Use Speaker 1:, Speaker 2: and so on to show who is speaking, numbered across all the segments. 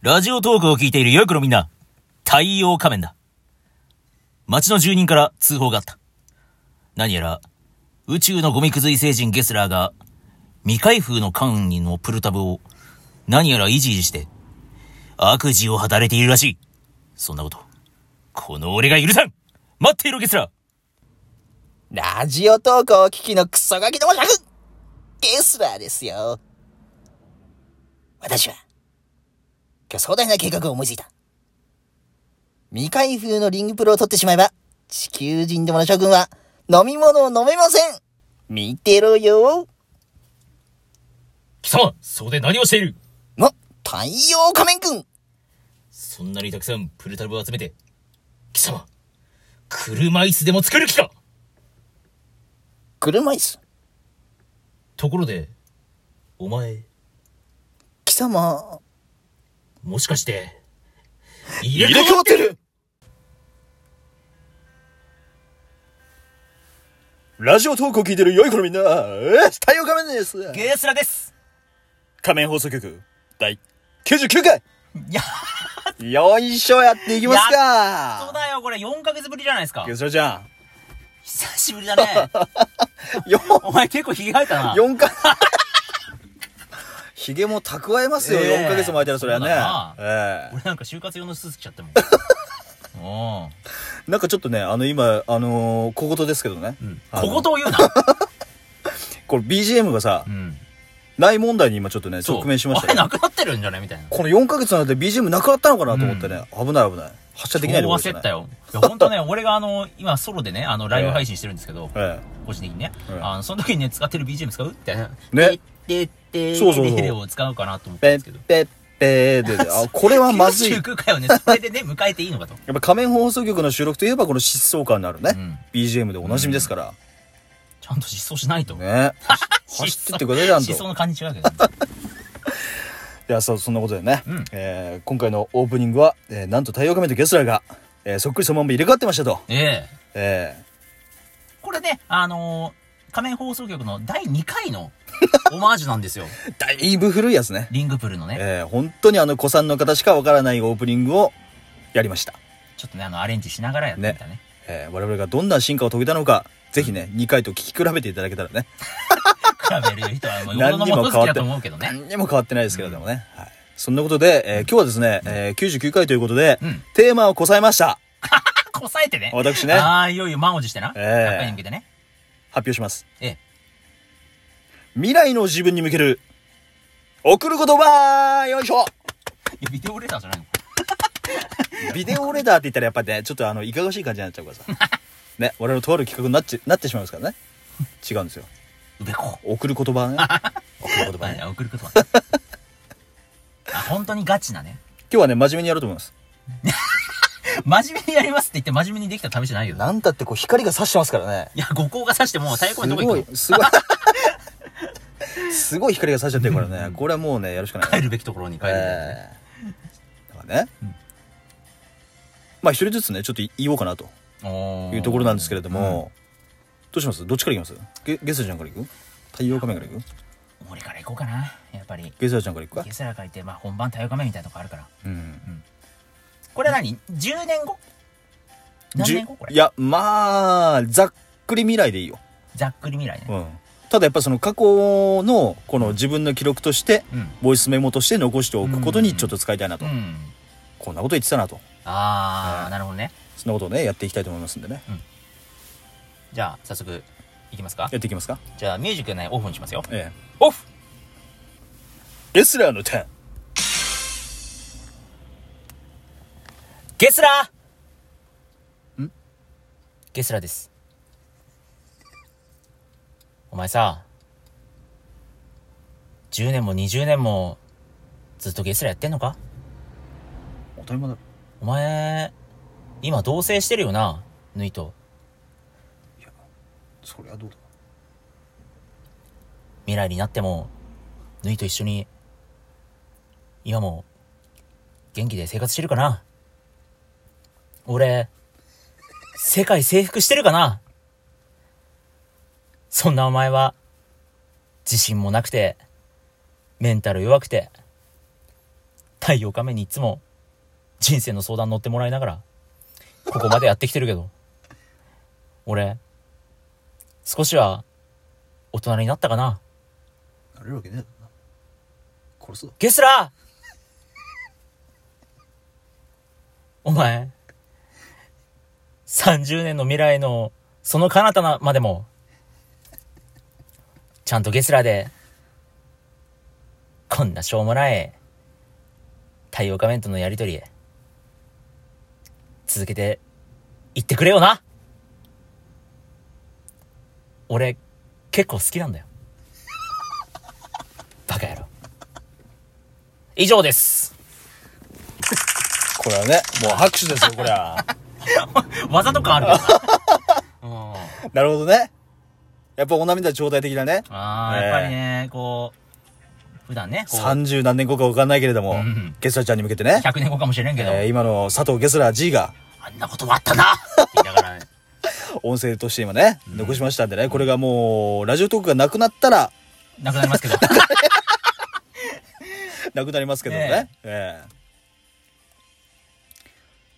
Speaker 1: ラジオトークを聞いている予約のみんな、太陽仮面だ。町の住人から通報があった。何やら、宇宙のゴミくず異星人ゲスラーが、未開封の缶にのプルタブを、何やらいじいじして、悪事を働いているらしい。そんなこと、この俺が許さん待っていろゲスラー
Speaker 2: ラジオ投稿を聞きのクソガキどもじゃくゲスラーですよ。私は、今日壮大な計画を思いついた。未開封のリングプロを取ってしまえば、地球人どもの諸君は飲み物を飲めません見てろよ
Speaker 1: 貴様そこで何をしている
Speaker 2: の、太陽仮面くん
Speaker 1: そんなにたくさんプルタブを集めて、貴様、車椅子でも作る気か
Speaker 2: 車椅子
Speaker 1: ところで、お前、
Speaker 2: 貴様、
Speaker 1: もしかして、
Speaker 2: 入
Speaker 1: 入
Speaker 2: れ替わってる
Speaker 3: ラジオ投稿聞いてる良い子のみんな、えー太陽仮面です
Speaker 1: ゲースラです
Speaker 3: 仮面放送局、第99回
Speaker 1: や
Speaker 3: よいしょやっていきます
Speaker 1: そう
Speaker 3: か
Speaker 1: だよ、これ4ヶ月ぶりじゃないですか
Speaker 3: ゲ。スラちゃ
Speaker 1: 久しぶりだね。
Speaker 3: ん、よ、
Speaker 1: お前結構ひげ生えたな。
Speaker 3: 4回、ヒゲも蓄えますよ、
Speaker 1: ええ
Speaker 3: 4ヶ月も空いたらそれはね
Speaker 1: そうだ。
Speaker 3: ええ
Speaker 1: 俺なんか就活用のスーツ着ちゃったもん。お
Speaker 3: なんかちょっとね、あの今、あのー小言ですけどね。あの
Speaker 1: 小言を言うな。
Speaker 3: これ BGM がさ
Speaker 1: う、ん。
Speaker 3: ない問題に今ちょっとね、
Speaker 1: そう
Speaker 3: 直面しまし
Speaker 1: あれ
Speaker 3: た
Speaker 1: な
Speaker 3: ね。
Speaker 1: くなってるんじゃないみたいな。
Speaker 3: この4ヶ月の間で BGM なくなったのかなと思ってね、危ない危ない。発射できないところでし
Speaker 1: 焦
Speaker 3: た
Speaker 1: った
Speaker 3: ね。
Speaker 1: よ。いや、ほんとね、俺があの、今ソロでね、あの、ライブ配信してるんですけど、
Speaker 3: え
Speaker 1: 個人的にね
Speaker 3: ええ。
Speaker 1: あの、その時にね、使ってる BGM 使うって。
Speaker 3: ね。
Speaker 1: で、で、で、
Speaker 3: そうそうそう
Speaker 1: で、でを使うかなと思ったんで
Speaker 3: え。ぺっ
Speaker 1: すけど。
Speaker 3: ぺっぺーで、あ、これはまずい。
Speaker 1: 99回をね、それでね、迎えていいのかと。
Speaker 3: やっぱ仮面放送局の収録といえばこの疾走感のあるね、
Speaker 1: うん
Speaker 3: BGM でおなじみですから、
Speaker 1: ちゃんと実装しないと。
Speaker 3: ね走ってってくれちゃんと
Speaker 1: 思想
Speaker 3: い
Speaker 1: の感じ違うけどね。
Speaker 3: やそうそんなことでね、
Speaker 1: うん
Speaker 3: えー今回のオープニングは、えーなんと太陽仮面とゲスラーが、えーそっくりそのまんま入れ替わってましたと、
Speaker 1: ええ。
Speaker 3: え
Speaker 1: これね、あのー仮面放送局の第2回のオマージュなんです よ。
Speaker 3: ーだいぶ古いやつね、
Speaker 1: リングプルのね。
Speaker 3: えー本当にあの子さんの方しかわからないオープニングをやりました、
Speaker 1: ちょっとね、あの、アレンジしながらやってみた ね。
Speaker 3: えー我々がどんな進化を遂げたのかぜひね2回と聞き比べていただけたらね
Speaker 1: 比べる人は、もう、よ
Speaker 3: 何
Speaker 1: ほど
Speaker 3: に
Speaker 1: のも
Speaker 3: も
Speaker 1: の
Speaker 3: 変
Speaker 1: 好き
Speaker 3: わっ
Speaker 1: だ
Speaker 3: て
Speaker 1: と思うけどね。
Speaker 3: 何にも変わってないですけれどもね、はい、そんなことで、えー今日はですね、えー99回ということで、
Speaker 1: うん
Speaker 3: テーマをこさえました
Speaker 1: こさえてね。
Speaker 3: 私ね
Speaker 1: ああ、いよいよ満を持してな。
Speaker 3: ええ
Speaker 1: 100回に向けてね。
Speaker 3: 発表します
Speaker 1: ええ。
Speaker 3: 未来の自分に向ける送る言葉よいしょ
Speaker 1: いやビデオレターじゃないの
Speaker 3: ビデオレターって言ったらやっぱねちょっとあのいかがわしい感じになっちゃうからさ ね我々のとある企画になっちなってしまいますからね違うんですよ
Speaker 1: うべこ。
Speaker 3: 送る言葉ね送る言葉ね
Speaker 1: はい送ることは。あ、本当にガチなね。
Speaker 3: 今日はね真面目にやろうと思います
Speaker 1: 真面目にやりますって言って真面目にできた試しじゃないよ。
Speaker 3: なんだってこう光が差してますからね
Speaker 1: いや、五光が差してもう太陽光のとこ行く
Speaker 3: すごいすごい光が差しちゃってるか らねこれはもうねやるしかない
Speaker 1: 帰るべきところに帰るべきだよね。
Speaker 3: ええだからね、まあ一人ずつねちょっと言おうかなと
Speaker 1: おー
Speaker 3: いうところなんですけれども、どうしますどっちからいきますゲゲスラちゃんからいく太陽仮面からいく
Speaker 1: うん俺から行こうかなやっぱり
Speaker 3: ゲスラちゃんからいくか
Speaker 1: ゲスラから行って、まあ、本番太陽仮面みたいなとこあるから
Speaker 3: うん
Speaker 1: これは何10年後何
Speaker 3: じゅ
Speaker 1: 年後これ
Speaker 3: いやまあざっくり未来でいいよ、
Speaker 1: ざっくり未来
Speaker 3: う
Speaker 1: ね
Speaker 3: ん、ただやっぱその過去のこの自分の記録として、
Speaker 1: うん
Speaker 3: ボイスメモとして残しておくことにちょっと使いたいなと、
Speaker 1: うん、
Speaker 3: こんなこと言ってたなと
Speaker 1: あ
Speaker 3: え
Speaker 1: あ
Speaker 3: え
Speaker 1: なるほどね
Speaker 3: そんなことをねやっていきたいと思いますんでね
Speaker 1: じゃあ早速いきますか
Speaker 3: やっていきますか
Speaker 1: じゃあミュージックねオフにしますよ
Speaker 3: ええ
Speaker 1: オフ
Speaker 3: ゲスラーの点
Speaker 1: ゲスラー
Speaker 3: ん
Speaker 1: ゲスラーですお前さ10年も20年もずっとゲスラーやってんのか
Speaker 3: 当たり前だ
Speaker 1: お前、今同棲してるよな、ぬいと。
Speaker 3: それはどうだ
Speaker 1: 未来になっても、ぬいと一緒に、今も、元気で生活してるかな俺、世界征服してるかなそんなお前は、自信もなくて、メンタル弱くて、太陽仮面にいつも人生の相談乗ってもらいながら、ここまでやってきてるけど、俺、少しは大人になったかな。
Speaker 3: なれるわけねえだろな殺すぞ
Speaker 1: ゲスラーお前、30年の未来のその彼方なまでも、ちゃんとゲスラーで、こんなしょうもない太陽仮面とのやりとり、続けていってくれよな俺、結構好きなんだよ。バカ野郎。以上です。
Speaker 3: これはねもう拍手ですよこれ は
Speaker 1: 技とかあるけど な。うん。
Speaker 3: なるほどねやっぱお涙頂戴的だね
Speaker 1: ああ、
Speaker 3: ええ
Speaker 1: やっぱりね、こう、普段ね、こう、100
Speaker 3: 30何年後か分かんないけれども、
Speaker 1: ん
Speaker 3: ゲスラちゃんに向けてね、
Speaker 1: 年後かもしれんけど、
Speaker 3: えー今の佐藤ゲスラ G が
Speaker 1: あんなこともあったなって言いながら、ね、
Speaker 3: 音声として今ね、残しましたんでねこれがもうラジオトークがなくなったら
Speaker 1: なくなりますけ ど。
Speaker 3: なくなりますけどもね、ええ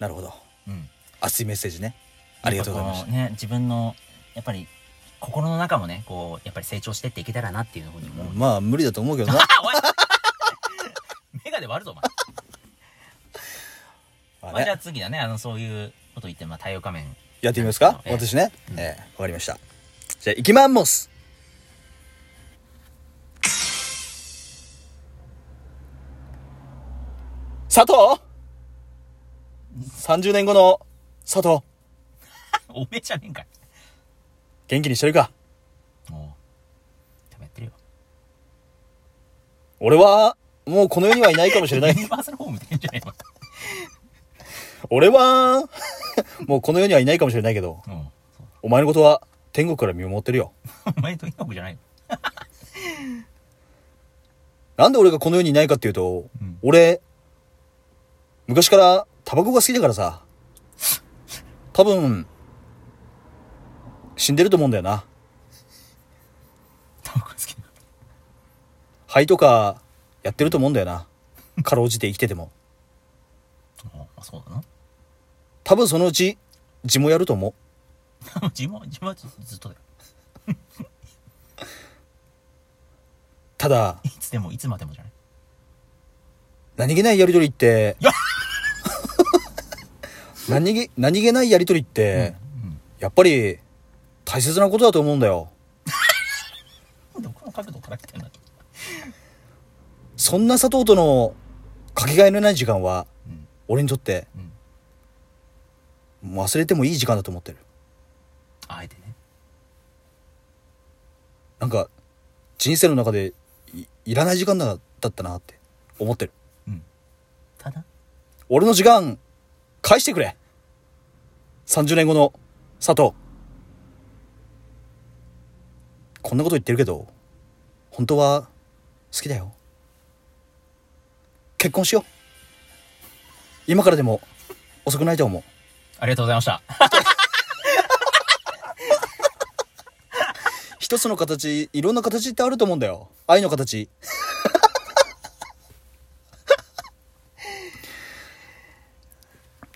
Speaker 3: なるほど
Speaker 1: うん。
Speaker 3: 熱いメッセージねありがとうございまし
Speaker 1: なんかこね、自分の、やっぱり、心の中もね、こう、やっぱり成長してっていけたらなっていうふうに思
Speaker 3: た
Speaker 1: う。
Speaker 3: まあ無理だと思うけど な
Speaker 1: あ、おいメガネ割るぞ、お前。
Speaker 3: ま
Speaker 1: ま
Speaker 3: あ
Speaker 1: あ、じゃあ
Speaker 3: ね
Speaker 1: 次だね、あの、そういうこと言って、まあ、太陽仮面。
Speaker 3: やってみますか、
Speaker 1: ええ
Speaker 3: 私ね、ええわかりましたじゃあ行きまんもす佐藤 ?30 年後の佐藤
Speaker 1: おめえじゃねえんかい。
Speaker 3: 元気にしてるか
Speaker 1: もう、多分やってるよ。
Speaker 3: 俺はもうこの世にはいないかもし れない
Speaker 1: ユニバーサルホームでいいんじゃねえの
Speaker 3: 俺は もうこの世にはいないかもしれないけど
Speaker 1: うん。そう
Speaker 3: お前のことは天国から見守ってるよ
Speaker 1: お前と稲穂じゃないの
Speaker 3: なんで俺がこの世にいないかっていうと、
Speaker 1: うん
Speaker 3: 俺昔からタバコが好きだからさ多分死んでると思うんだよな
Speaker 1: タバコ好きな
Speaker 3: 肺とかやってると思うんだよなかろうじて生きてても
Speaker 1: の。あ、そうだな。
Speaker 3: 多分そのうち地もやると思う
Speaker 1: 自分は、自分はずずっとだよ。
Speaker 3: ただ
Speaker 1: いつでも、いつまでもじゃない。
Speaker 3: 何気ないやりとり って
Speaker 1: いや
Speaker 3: 何気何気ないやりとりって、やっぱり大切なことだと思うんだよ
Speaker 1: うん。どこの角度から来てんだっけ
Speaker 3: そんな佐藤とのかけがえのない時間は
Speaker 1: うん。
Speaker 3: 俺にとって
Speaker 1: うん。
Speaker 3: 忘れてもいい時間だと思ってる
Speaker 1: あえてね。
Speaker 3: なんか人生の中でいいらない時間だだったなって思ってる
Speaker 1: うん。ただ、
Speaker 3: 俺の時間返してくれ30年後の佐藤こんなこと言ってるけど本当は好きだよ結婚しよう今からでも遅くないと思う
Speaker 1: ありがとうございました。
Speaker 3: 一つの形いろんな形ってあると思うんだよ愛の形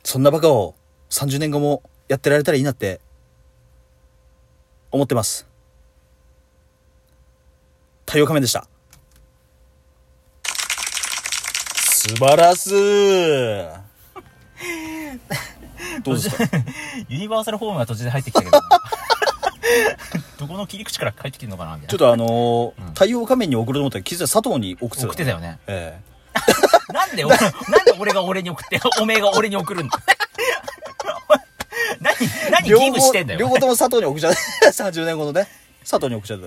Speaker 3: そんなバカを30年後もやってられたらいいなって思ってます太陽仮面でした素晴らしいどうですか
Speaker 1: ユニバーサルホームが途中で入ってきたけど な。どこの切り口から帰ってきてんのかなみたいな。
Speaker 3: ちょっ
Speaker 1: と
Speaker 3: とあのー
Speaker 1: うん
Speaker 3: 太陽仮面に送ると思ったら気づいたら佐藤に送ってた
Speaker 1: 送ってたよね。
Speaker 3: ええ
Speaker 1: なんで、おなんで俺が俺に送って、おめえが俺に送るん だ。何、何ギブしてんだよ。
Speaker 3: 両方とも佐藤に送っちゃった。30年後の ね。佐藤に送っちゃった。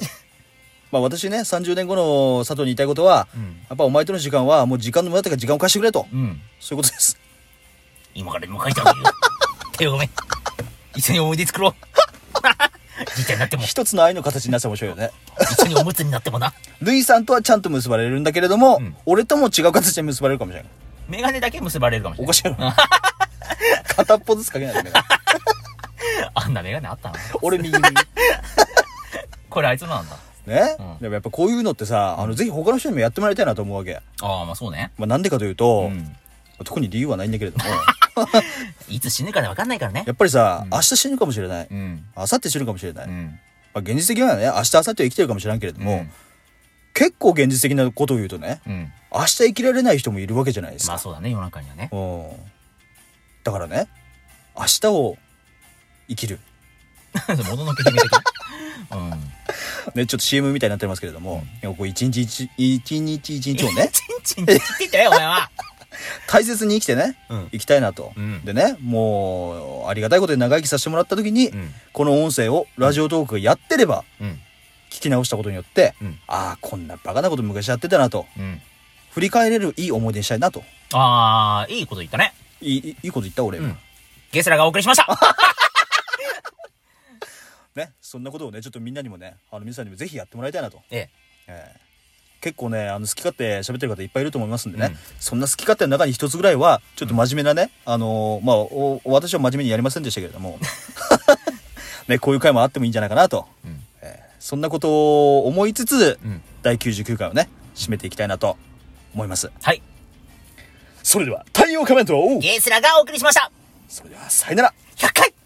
Speaker 3: まあ私ね、30年後の佐藤に言いたいことは、
Speaker 1: うん
Speaker 3: やっぱお前との時間はもう時間の無駄だから時間を貸してくれと。
Speaker 1: うん。
Speaker 3: そういうことです。
Speaker 1: 今からでも書いてあげるよ。手をごめん。一緒に思い出作ろう。 じいちゃんになっても、
Speaker 3: 一つの愛の形になってたら面白いよね。
Speaker 1: 一緒におむつになってもな。
Speaker 3: ルイさんとはちゃんと結ばれるんだけれども、
Speaker 1: うん
Speaker 3: 俺とも違う形で結ばれる かもしれない。
Speaker 1: メガネだけ結ばれるかもし
Speaker 3: お
Speaker 1: れない。
Speaker 3: かしいやろ。片っぽずつかけないとね。
Speaker 1: あんなメガネあったの
Speaker 3: 俺右右。
Speaker 1: これあいつのなんだ。
Speaker 3: ね、
Speaker 1: うん
Speaker 3: でもやっぱこういうのってさ、あの、ぜひ他の人にもやってもらいたいなと思うわけ。
Speaker 1: ああ、まあそうね。
Speaker 3: まあなんでかというと、
Speaker 1: うん
Speaker 3: 特に理由はないんだけれども、
Speaker 1: いつ死ぬかわかんないからね
Speaker 3: や。っぱりさ、明日死ぬかもしれない。
Speaker 1: うん。
Speaker 3: 明後日死ぬかもしれない。
Speaker 1: う
Speaker 3: ま
Speaker 1: ん。
Speaker 3: あ現実的にはね、明日、明後日は生きてるかもしれんけれども、
Speaker 1: うん
Speaker 3: 結構現実的なことを言うとね、
Speaker 1: うん。
Speaker 3: 明日生きられない人もいるわけじゃないですか。
Speaker 1: まあそうだね、世の中にはね。
Speaker 3: うんだからね明日を生きる、
Speaker 1: もののけ姫的な。うん。
Speaker 3: ね、ちょっと CM みたいになってますけれども、いやこう一日一一日一日を ね
Speaker 1: ちんちん切ってんじゃないお前は。
Speaker 3: 大切に生きてね、
Speaker 1: うん
Speaker 3: 生きたいなと、
Speaker 1: うん
Speaker 3: でねもうありがたいことで長生きさせてもらった時に、
Speaker 1: うん
Speaker 3: この音声をラジオトークがやってれば
Speaker 1: うん。
Speaker 3: 聞き直したことによって、
Speaker 1: うん
Speaker 3: ああこんなバカなこと昔やってたなと
Speaker 1: うん。
Speaker 3: 振り返れるいい思い出にしたいなと
Speaker 1: ああ、いいこと言ったね。
Speaker 3: いいいいこと言った俺、
Speaker 1: うんゲスラがお送りしました
Speaker 3: ねそんなことをねちょっとみんなにもねあの皆さんにもぜひやってもらいたいなと
Speaker 1: ええ。
Speaker 3: えー結構ねあの好き勝手喋ってる方いっぱいいると思いますんでね、
Speaker 1: うん
Speaker 3: そんな好き勝手の中に一つぐらいはちょっと真面目なね、あのーまあお私は真面目にやりませんでしたけれ ども、ね、こういう回もあってもいいんじゃないかなと、
Speaker 1: うん
Speaker 3: えーそんなことを思いつつ、
Speaker 1: うん
Speaker 3: 第99回をね締めていきたいなと思います
Speaker 1: はい。
Speaker 3: それでは太陽仮面と
Speaker 1: ゲスラがお送りしました
Speaker 3: それではさよなら
Speaker 1: !100 回